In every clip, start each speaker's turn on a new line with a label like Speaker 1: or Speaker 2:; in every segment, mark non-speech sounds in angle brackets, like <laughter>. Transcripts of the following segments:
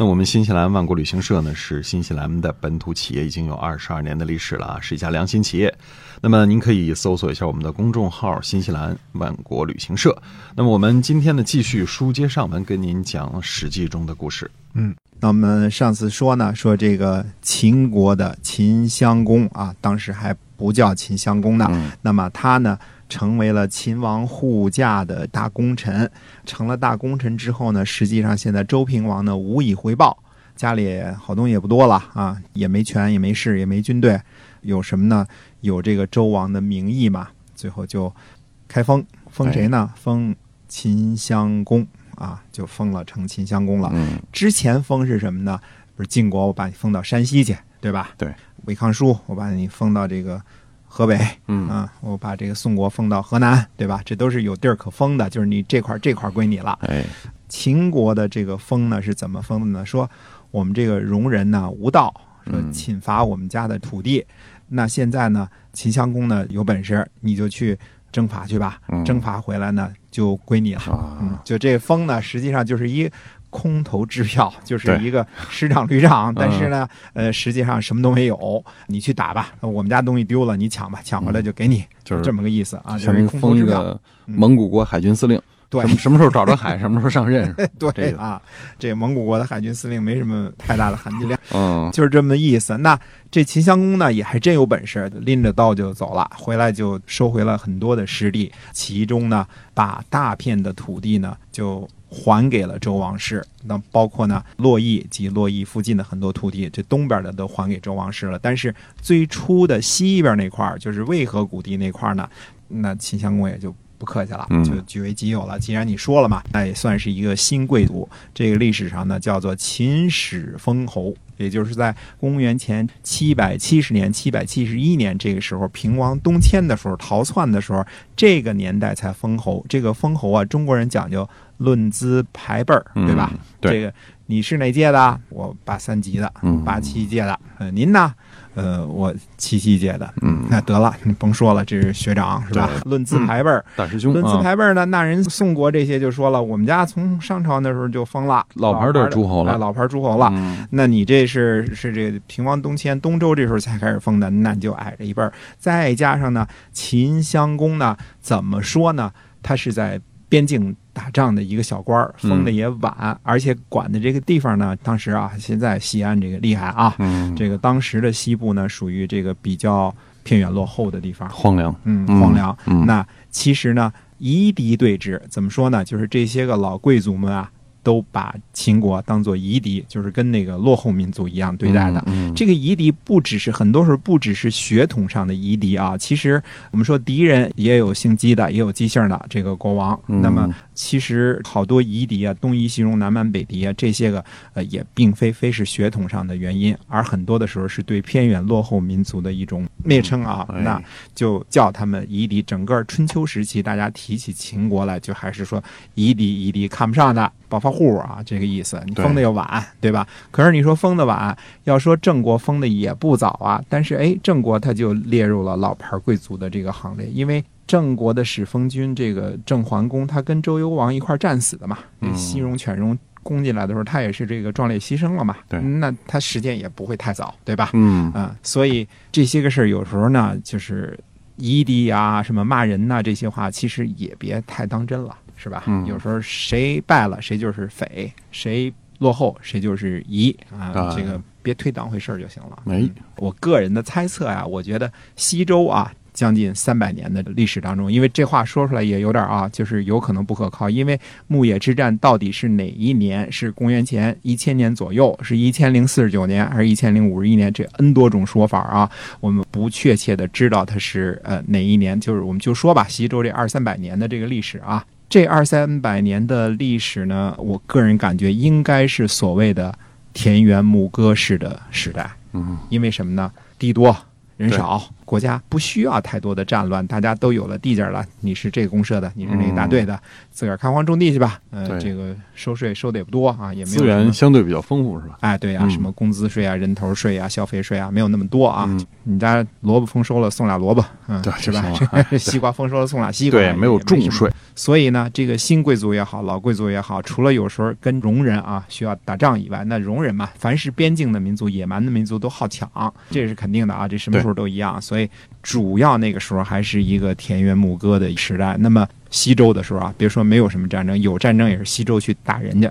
Speaker 1: 那我们新西兰万国旅行社呢，是新西兰的本土企业，已经有二十二年的历史了啊，是一家良心企业。那么您可以搜索一下我们的公众号“新西兰万国旅行社”。那么我们今天呢，继续书接上文，跟您讲《史记》中的故事。
Speaker 2: 那我们上次说呢，说这个秦国的秦襄公啊，当时还不叫秦襄公呢。
Speaker 3: 嗯
Speaker 2: 那么他呢，成为了秦王护驾的大功臣。成了大功臣之后呢，实际上现在周平王呢无以回报，家里好东西也不多了啊，也没权，也没势，也没军队，有什么呢？有这个周王的名义嘛。最后就开封，封谁呢？封秦襄公啊，就封了成秦襄公了。
Speaker 3: 嗯，
Speaker 2: 之前封是什么呢？不是晋国，我把你封到山西去，对吧？
Speaker 3: 对。
Speaker 2: 违抗书，我把你封到这个河北，
Speaker 3: 嗯
Speaker 2: 啊，我把这个宋国封到河南，对吧？这都是有地儿可封的，就是你这块儿这块儿归你了。
Speaker 3: 哎，
Speaker 2: 秦国的这个封呢是怎么封的呢？说我们这个戎人呢无道，说
Speaker 3: 嗯
Speaker 2: 侵伐我们家的土地。那现在呢，秦襄公呢有本事，你就去征伐去吧，
Speaker 3: 嗯
Speaker 2: 征伐回来呢就归你了。嗯
Speaker 3: 啊，，
Speaker 2: 就这风呢，实际上就是一空头支票， <laughs> 就是
Speaker 3: 对
Speaker 2: 一个师长旅长，但是呢，呃，实际上什么都没有，你去打吧，我们家东西丢了，你抢吧，抢回来就给你，
Speaker 1: 就是
Speaker 2: 这么个意思啊，就
Speaker 4: 相
Speaker 2: 是
Speaker 4: 当于
Speaker 2: 空头
Speaker 4: 封一
Speaker 2: 支票，嗯
Speaker 4: 个蒙古国海军司令，
Speaker 2: 对
Speaker 4: 什么 <laughs> 什么时候找着海，什么时候上任，
Speaker 2: <laughs> 对、
Speaker 4: 这个
Speaker 2: 啊，这蒙古国的海军司令没什么太大的含金量。
Speaker 4: 嗯，
Speaker 2: 就是这么意思。那这秦襄公呢，也还真有本事，拎着刀就走了，回来就收回了很多的失地，其中呢，把大片的土地呢就还给了周王室，那包括呢洛邑及洛邑附近的很多土地，这东边的都还给周王室了。但是最初的西边那块儿，就是渭河谷地那块儿呢，那秦襄公也就。不客气了，
Speaker 3: 嗯
Speaker 2: 就据为己有了。既然你说了嘛，那也算是一个新贵族。这个历史上呢叫做秦始封侯，也就是在公元前七百七十年、七百七十一年这个时候，平王东迁的时候、逃窜的时候，这个年代才封侯。这个封侯啊，中国人讲究论资排辈儿，对吧？
Speaker 3: 嗯对
Speaker 2: 这个你是哪届的？我八三级的，
Speaker 3: 嗯
Speaker 2: 八七届的。呃，您呢？呃，我七七届的。
Speaker 3: 嗯
Speaker 2: 那得了，你甭说了，这是学长是
Speaker 4: 嗯
Speaker 2: 吧？论资排辈儿。
Speaker 4: 大师兄
Speaker 2: 论资
Speaker 4: 啊，
Speaker 2: 排辈儿呢，那人宋国这些就说了，我们家从商朝那时候就封了，
Speaker 4: 老牌儿的诸侯了
Speaker 2: 哎老牌儿诸侯了。
Speaker 4: 嗯
Speaker 2: 那你这是是这个平王东迁，东周这时候才开始封的，那你就矮着一辈儿。再加上呢，秦襄公呢，怎么说呢？他是在边境打仗的一个小官儿，封
Speaker 3: 嗯
Speaker 2: 的也晚，而且管的这个地方呢，当时啊，现在西安这个厉害啊，
Speaker 3: 嗯，
Speaker 2: 这个当时的西部呢，属于这个比较偏远落后的地方，
Speaker 4: 荒凉，
Speaker 2: 嗯，
Speaker 3: 嗯
Speaker 2: 荒凉。
Speaker 3: 嗯
Speaker 2: 那其实呢，夷狄对峙怎么说呢？就是这些个老贵族们啊，都把秦国当做夷狄，就是跟那个落后民族一样对待的。
Speaker 3: 嗯
Speaker 2: 这个夷狄不只是很多时候不只是血统上的夷狄啊，其实我们说敌人也有姓姬的，也有姬姓的这个国王。
Speaker 3: 嗯
Speaker 2: 那么其实好多夷狄啊，东夷、西戎、南蛮、北狄啊，这些个呃也并非非是血统上的原因，而很多的时候是对偏远落后民族的一种蔑称啊。
Speaker 3: 哎
Speaker 2: 那就叫他们夷狄。整个春秋时期，大家提起秦国来，就还是说夷狄夷狄看不上的暴发户啊，这个意思。你
Speaker 3: 对
Speaker 2: 封的又晚，对吧？可是你说封的晚，要说郑国封的也不早啊，但是哎，郑国它就列入了老牌贵族的这个行列，因为。郑国的始封君这个郑桓公，他跟周幽王一块儿战死的嘛。这
Speaker 3: 嗯
Speaker 2: 西戎犬戎攻进来的时候，他也是这个壮烈牺牲了嘛。
Speaker 3: 对
Speaker 2: 那他时间也不会太早，对吧？
Speaker 3: 嗯
Speaker 2: 啊，所以这些个事儿有时候呢，就是夷狄啊，什么骂人呐、这些话，其实也别太当真了，是吧？
Speaker 3: 嗯
Speaker 2: 有时候谁败了，谁就是匪，谁落后，谁就是夷啊，
Speaker 3: 啊
Speaker 2: 这个别推当回事儿就行了。
Speaker 3: 哎
Speaker 2: 嗯我个人的猜测呀、我觉得西周啊。将近三百年的历史当中，因为这话说出来也有点儿啊，就是有可能不可靠。因为牧野之战到底是哪一年？是公元前一千年左右，是一千零四十九年，还是一千零五十一年？这 N 多种说法啊，我们不确切的知道它是呃哪一年。就是我们就说吧，西周这二三百年的这个历史啊，这二三百年的历史呢，我个人感觉应该是所谓的田园牧歌式的时代。
Speaker 3: 嗯，
Speaker 2: 因为什么呢？地多、人少，国家不需要太多的战乱，大家都有了地界儿了，你是这个公社的，你是那个大队的，自个儿开荒种地去吧。呃，
Speaker 4: 嗯对
Speaker 2: 这个收税收的也不多啊，也没有
Speaker 4: 资
Speaker 2: 什
Speaker 4: 源
Speaker 2: 么
Speaker 4: 相对比较丰富是吧？
Speaker 2: 哎，对呀、
Speaker 4: 嗯
Speaker 2: 什么工资税啊、人头税啊、消费税啊，没有那么多啊。
Speaker 4: 嗯
Speaker 2: 你家萝卜丰收了，送俩萝卜，嗯，
Speaker 4: 对
Speaker 2: 是吧
Speaker 4: 就行了？
Speaker 2: <laughs> 西瓜丰收了，送俩西瓜，
Speaker 4: 对，没有重
Speaker 2: 也什么
Speaker 4: 税。
Speaker 2: 所以呢，这个新贵族也好，老贵族也好，除了有时候跟戎人啊需要打仗以外，那戎人嘛，凡是边境的民族、野蛮的民族都好抢，这是肯定的啊，这什么
Speaker 4: 对
Speaker 2: 时候都一样。所以主要那个时候还是一个田园牧歌的时代。那么西周的时候啊，别说没有什么战争，有战争也是西周去打人家，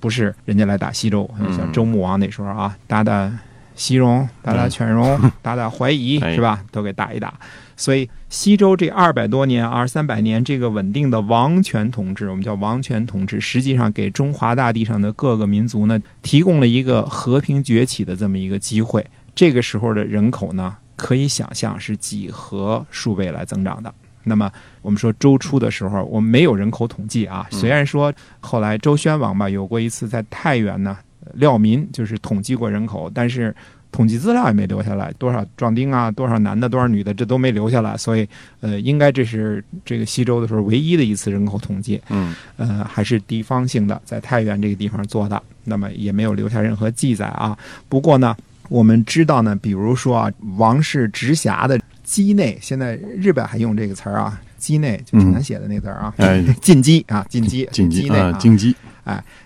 Speaker 2: 不是人家来打西周。
Speaker 4: 嗯
Speaker 2: 像周穆王那时候啊，打打西戎，打打犬戎，打打怀疑，
Speaker 4: 哎
Speaker 2: 是吧？都给打一打。所以西周这二百多年、二三百年这个稳定的王权统治，我们叫王权统治，实际上给中华大地上的各个民族呢，提供了一个和平崛起的这么一个机会。这个时候的人口呢，可以想象是几何数倍来增长的。那么我们说周初的时候，我们没有人口统计啊。虽然说后来周宣王吧有过一次在太原呢廖民，就是统计过人口，但是统计资料也没留下来，多少壮丁啊，多少男的，多少女的，这都没留下来。所以呃，应该这是这个西周的时候唯一的一次人口统计。
Speaker 4: 嗯，
Speaker 2: 呃，还是地方性的，在太原这个地方做的，那么也没有留下任何记载啊。不过呢，我们知道呢，比如说啊，王室直辖的畿内，现在日本还用这个词儿啊，畿内就挺难写的那字儿啊，
Speaker 4: 嗯哎，
Speaker 2: <laughs> 进击啊，进击，
Speaker 4: 进
Speaker 2: 畿
Speaker 4: 击
Speaker 2: 内
Speaker 4: 啊，
Speaker 2: 啊，
Speaker 4: 进击，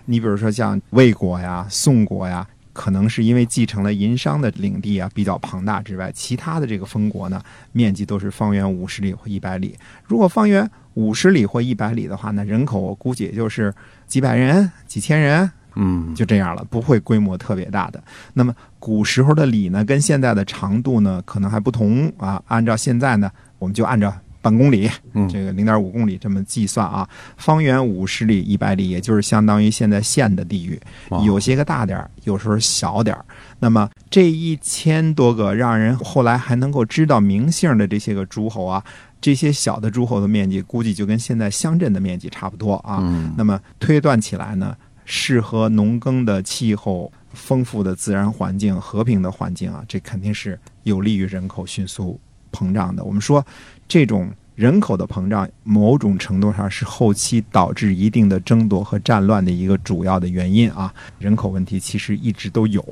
Speaker 2: 你比如说像魏国呀、宋国呀，可能是因为继承了殷商的领地啊比较庞大之外，其他的这个封国呢，面积都是方圆五十里或一百里。如果方圆五十里或一百里的话，那人口我估计也就是几百人、几千人，
Speaker 4: 嗯，
Speaker 2: 就这样了，不会规模特别大的。那么古时候的里呢，跟现在的长度呢，可能还不同啊。按照现在呢，我们就按照半公里，
Speaker 4: 嗯
Speaker 2: 这个零点五公里这么计算啊，方圆五十里、一百里，也就是相当于现在县的地域，
Speaker 4: 哇
Speaker 2: 有些个大点儿，有时候小点儿。那么这一千多个让人后来还能够知道名姓的这些个诸侯啊，这些小的诸侯的面积估计就跟现在乡镇的面积差不多啊。
Speaker 4: 嗯，
Speaker 2: 那么推断起来呢，适合农耕的气候、丰富的自然环境、和平的环境啊，这肯定是有利于人口迅速膨胀的。我们说，这种人口的膨胀，某种程度上是后期导致一定的争夺和战乱的一个主要的原因啊。人口问题其实一直都有，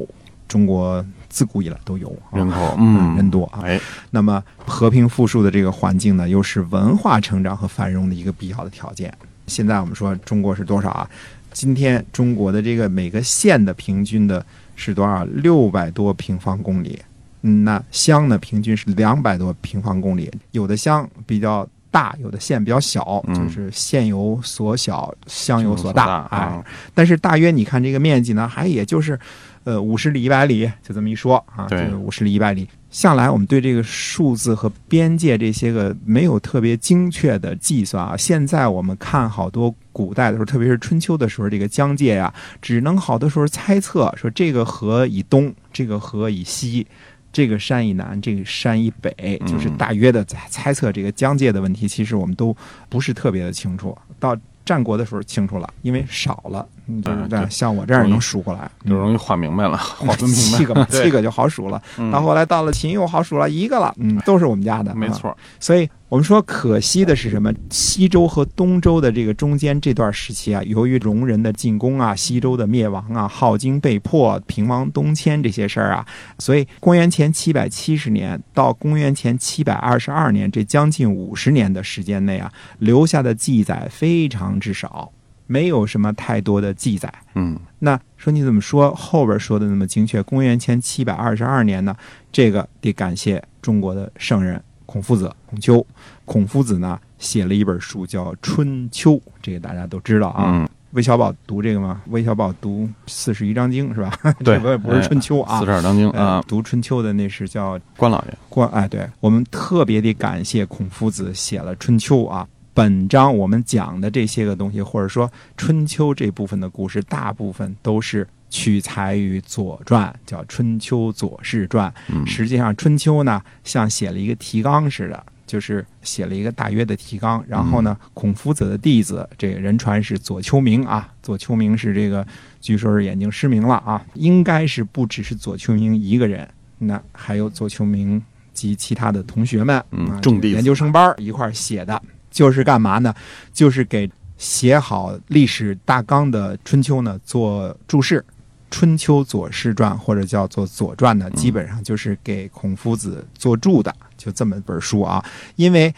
Speaker 2: 中国自古以来都有啊。
Speaker 4: 人口，嗯，
Speaker 2: 人多啊，
Speaker 4: 哎，
Speaker 2: 那么和平富庶的这个环境呢，又是文化成长和繁荣的一个必要的条件。现在我们说中国是多少啊？今天中国的这个每个县的平均的是多少？六百多平方公里。嗯，那乡呢，平均是两百多平方公里。有的乡比较大，有的县比较小，
Speaker 4: 嗯
Speaker 2: 就是县有所小，乡有所
Speaker 4: 乡
Speaker 2: 大
Speaker 4: 有。所大
Speaker 2: 哎
Speaker 4: 啊，
Speaker 2: 但是大约你看这个面积呢，还也就是，呃，五十里一百里，就这么一说啊，
Speaker 4: 对
Speaker 2: 就是五十里一百里。向来我们对这个数字和边界这些个没有特别精确的计算啊。现在我们看好多古代的时候，特别是春秋的时候，这个疆界呀、只能好多时候猜测说这个河以东，这个河以西。这个山以南，这个山以北，就是大约的猜猜测这个疆界的问题，其实我们都不是特别的清楚。到战国的时候清楚了，因为少了，嗯就是
Speaker 4: 对
Speaker 2: 这样
Speaker 4: 对
Speaker 2: 像我这样能数过来，嗯
Speaker 4: 就容易画明白了，画不明
Speaker 2: <laughs>
Speaker 4: 白，
Speaker 2: 七个嘛，
Speaker 4: 对
Speaker 2: 七个就好数了。
Speaker 4: 嗯
Speaker 2: 到后来到了秦又好数了一个了，嗯，都是我们家的，
Speaker 4: 没
Speaker 2: 啊
Speaker 4: 错，
Speaker 2: 所以我们说可惜的是什么？西周和东周的这个中间这段时期啊，由于戎人的进攻啊、西周的灭亡啊、镐京被破、平王东迁这些事儿啊，所以公元前七百七十年到公元前七百二十二年这将近五十年的时间内啊，留下的记载非常之少，没有什么太多的记载。
Speaker 4: 嗯，
Speaker 2: 那说你怎么说后边说的那么精确？公元前七百二十二年呢？这个得感谢中国的圣人孔夫子、孔丘。孔夫子呢写了一本书叫《春秋》，这个大家都知道啊。
Speaker 4: 嗯，
Speaker 2: 韦小宝读这个吗？韦小宝读四十一章经是吧？
Speaker 4: 对
Speaker 2: <laughs> 这不不是春秋啊
Speaker 4: 四十。二章经
Speaker 2: 呃
Speaker 4: 啊，，
Speaker 2: 读春秋的那是叫
Speaker 4: 关老爷，
Speaker 2: 关哎，对我们特别得感谢孔夫子写了《春秋》啊。本章我们讲的这些个东西，或者说《春秋》这部分的故事，大部分都是取材于《左传》，叫《春秋左氏传》。
Speaker 4: 嗯，
Speaker 2: 实际上，《春秋》呢，像写了一个提纲似的，就是写了一个大约的提纲。然后
Speaker 4: 嗯
Speaker 2: 呢，孔夫子的弟子，这个人传是左丘明啊，左丘明是这个，据说是眼睛失明了啊，应该是不只是左丘明一个人，那还有左丘明。及其他的同学们，
Speaker 4: 嗯
Speaker 2: 啊
Speaker 4: 种地
Speaker 2: 研究生班儿一块儿写的，就是干嘛呢？就是给写好历史大纲的《春秋》呢做注释。《春秋左氏传》或者叫做《左传》呢，基本上就是给孔夫子做注的，就这么一本书啊。因为《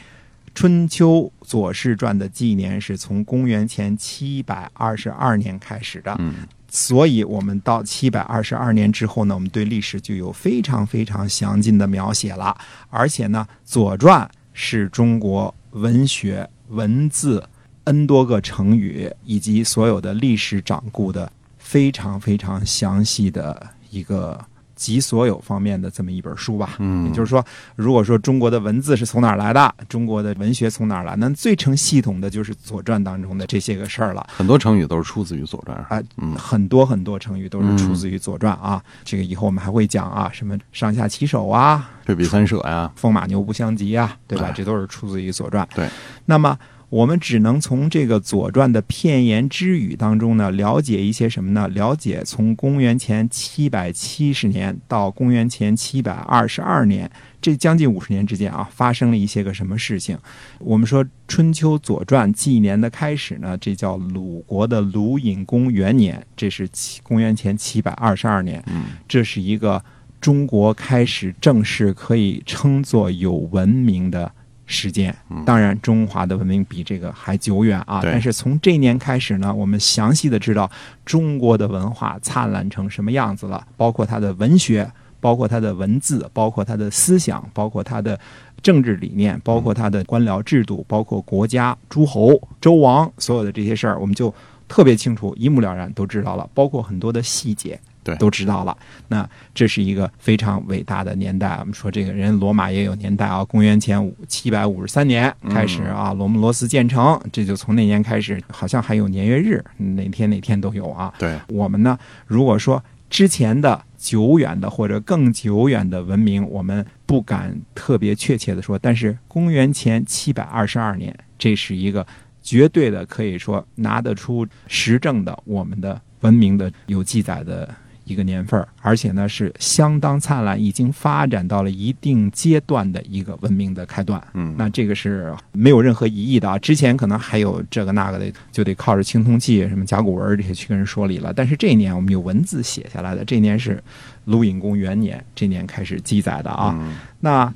Speaker 2: 春秋左氏传》的纪年是从公元前七百二十二年开始的，
Speaker 4: 嗯
Speaker 2: 所以我们到七百二十二年之后呢，我们对历史就有非常非常详尽的描写了。而且呢，《左传》是中国文学文字 n 多个成语以及所有的历史掌故的非常非常详细的一个集所有方面的这么一本书吧。
Speaker 4: 嗯，
Speaker 2: 也就是说，如果说中国的文字是从哪儿来的，中国的文学从哪儿来，那最成系统的就是《左传》当中的这些个事儿了。
Speaker 4: 很多成语都是出自于《左传》
Speaker 2: 啊
Speaker 4: 嗯
Speaker 2: 很多很多成语都是出自于《左传》啊，这个以后我们还会讲啊，什么上下其手啊，
Speaker 4: 对比三舍呀，
Speaker 2: 风马牛不相及啊，对吧
Speaker 4: 哎？
Speaker 2: 这都是出自于《左传》。
Speaker 4: 对，
Speaker 2: 那么我们只能从这个《左传》的片言只语当中呢，了解一些什么呢？了解从公元前七百七十年到公元前七百二十二年这将近五十年之间啊，发生了一些个什么事情？我们说《春秋左传》纪年的开始呢，这叫鲁国的鲁隐公元年，这是七公元前七百二十二年。
Speaker 4: 嗯
Speaker 2: 这是一个中国开始正式可以称作有文明的时间
Speaker 4: 嗯。
Speaker 2: 当然，中华的文明比这个还久远啊。
Speaker 4: 对
Speaker 2: 但是从这一年开始呢，我们详细的知道中国的文化灿烂成什么样子了，包括它的文学，包括它的文字，包括它的思想，包括它的。政治理念，包括它的官僚制度，包括国家、诸侯、周王，所有的这些事儿，我们就特别清楚，一目了然，都知道了，包括很多的细节，
Speaker 4: 对
Speaker 2: 都知道了。那这是一个非常伟大的年代。我们说这个人罗马也有年代啊，公元前五七百五十三年开始啊，罗姆罗斯建成，这就从那年开始，好像还有年月日，哪天哪天都有啊。
Speaker 4: 对，
Speaker 2: 我们呢，如果说之前的久远的或者更久远的文明，我们不敢特别确切的说，但是公元前七百二十二年，这是一个绝对的可以说拿得出实证的我们的文明的有记载的一个年份儿，而且呢是相当灿烂，已经发展到了一定阶段的一个文明的开端。
Speaker 4: 嗯
Speaker 2: 那这个是没有任何疑义的啊。之前可能还有这个那个的，就得靠着青铜器、什么甲骨文儿这些去跟人说理了。但是这一年我们有文字写下来的，这一年是鲁隐公元年，这年开始记载的啊。
Speaker 4: 嗯
Speaker 2: 那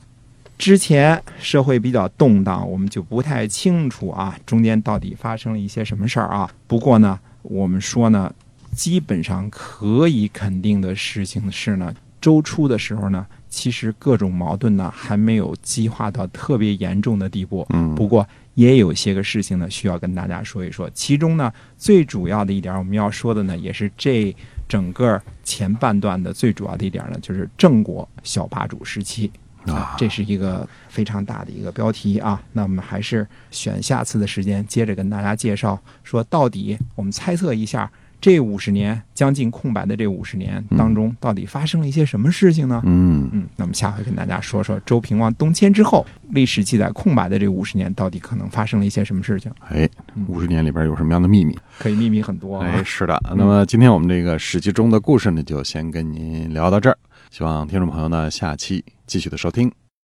Speaker 2: 之前社会比较动荡，我们就不太清楚啊，中间到底发生了一些什么事儿啊。不过呢，我们说呢，基本上可以肯定的事情是呢，周初的时候呢，其实各种矛盾呢还没有激化到特别严重的地步。
Speaker 4: 嗯
Speaker 2: 不过也有些个事情呢，需要跟大家说一说。其中呢，最主要的一点儿我们要说的呢，也是这整个前半段的最主要的一点儿呢，就是郑国小霸主时期。
Speaker 4: 啊，
Speaker 2: 这是一个非常大的一个标题啊。那我们还是选下次的时间，接着跟大家介绍，说到底我们猜测一下，这五十年将近空白的这五十年当中，到底发生了一些什么事情呢？
Speaker 4: 嗯
Speaker 2: 嗯，那么下回跟大家说说周平王东迁之后，历史记载空白的这五十年到底可能发生了一些什么事情？
Speaker 4: 哎，五十年里边有什么样的秘密？
Speaker 2: 可以秘密很多、啊。
Speaker 4: 哎，是的。那么今天我们这个《史记》中的故事呢，就先跟您聊到这儿。希望听众朋友呢，下期继续的收听。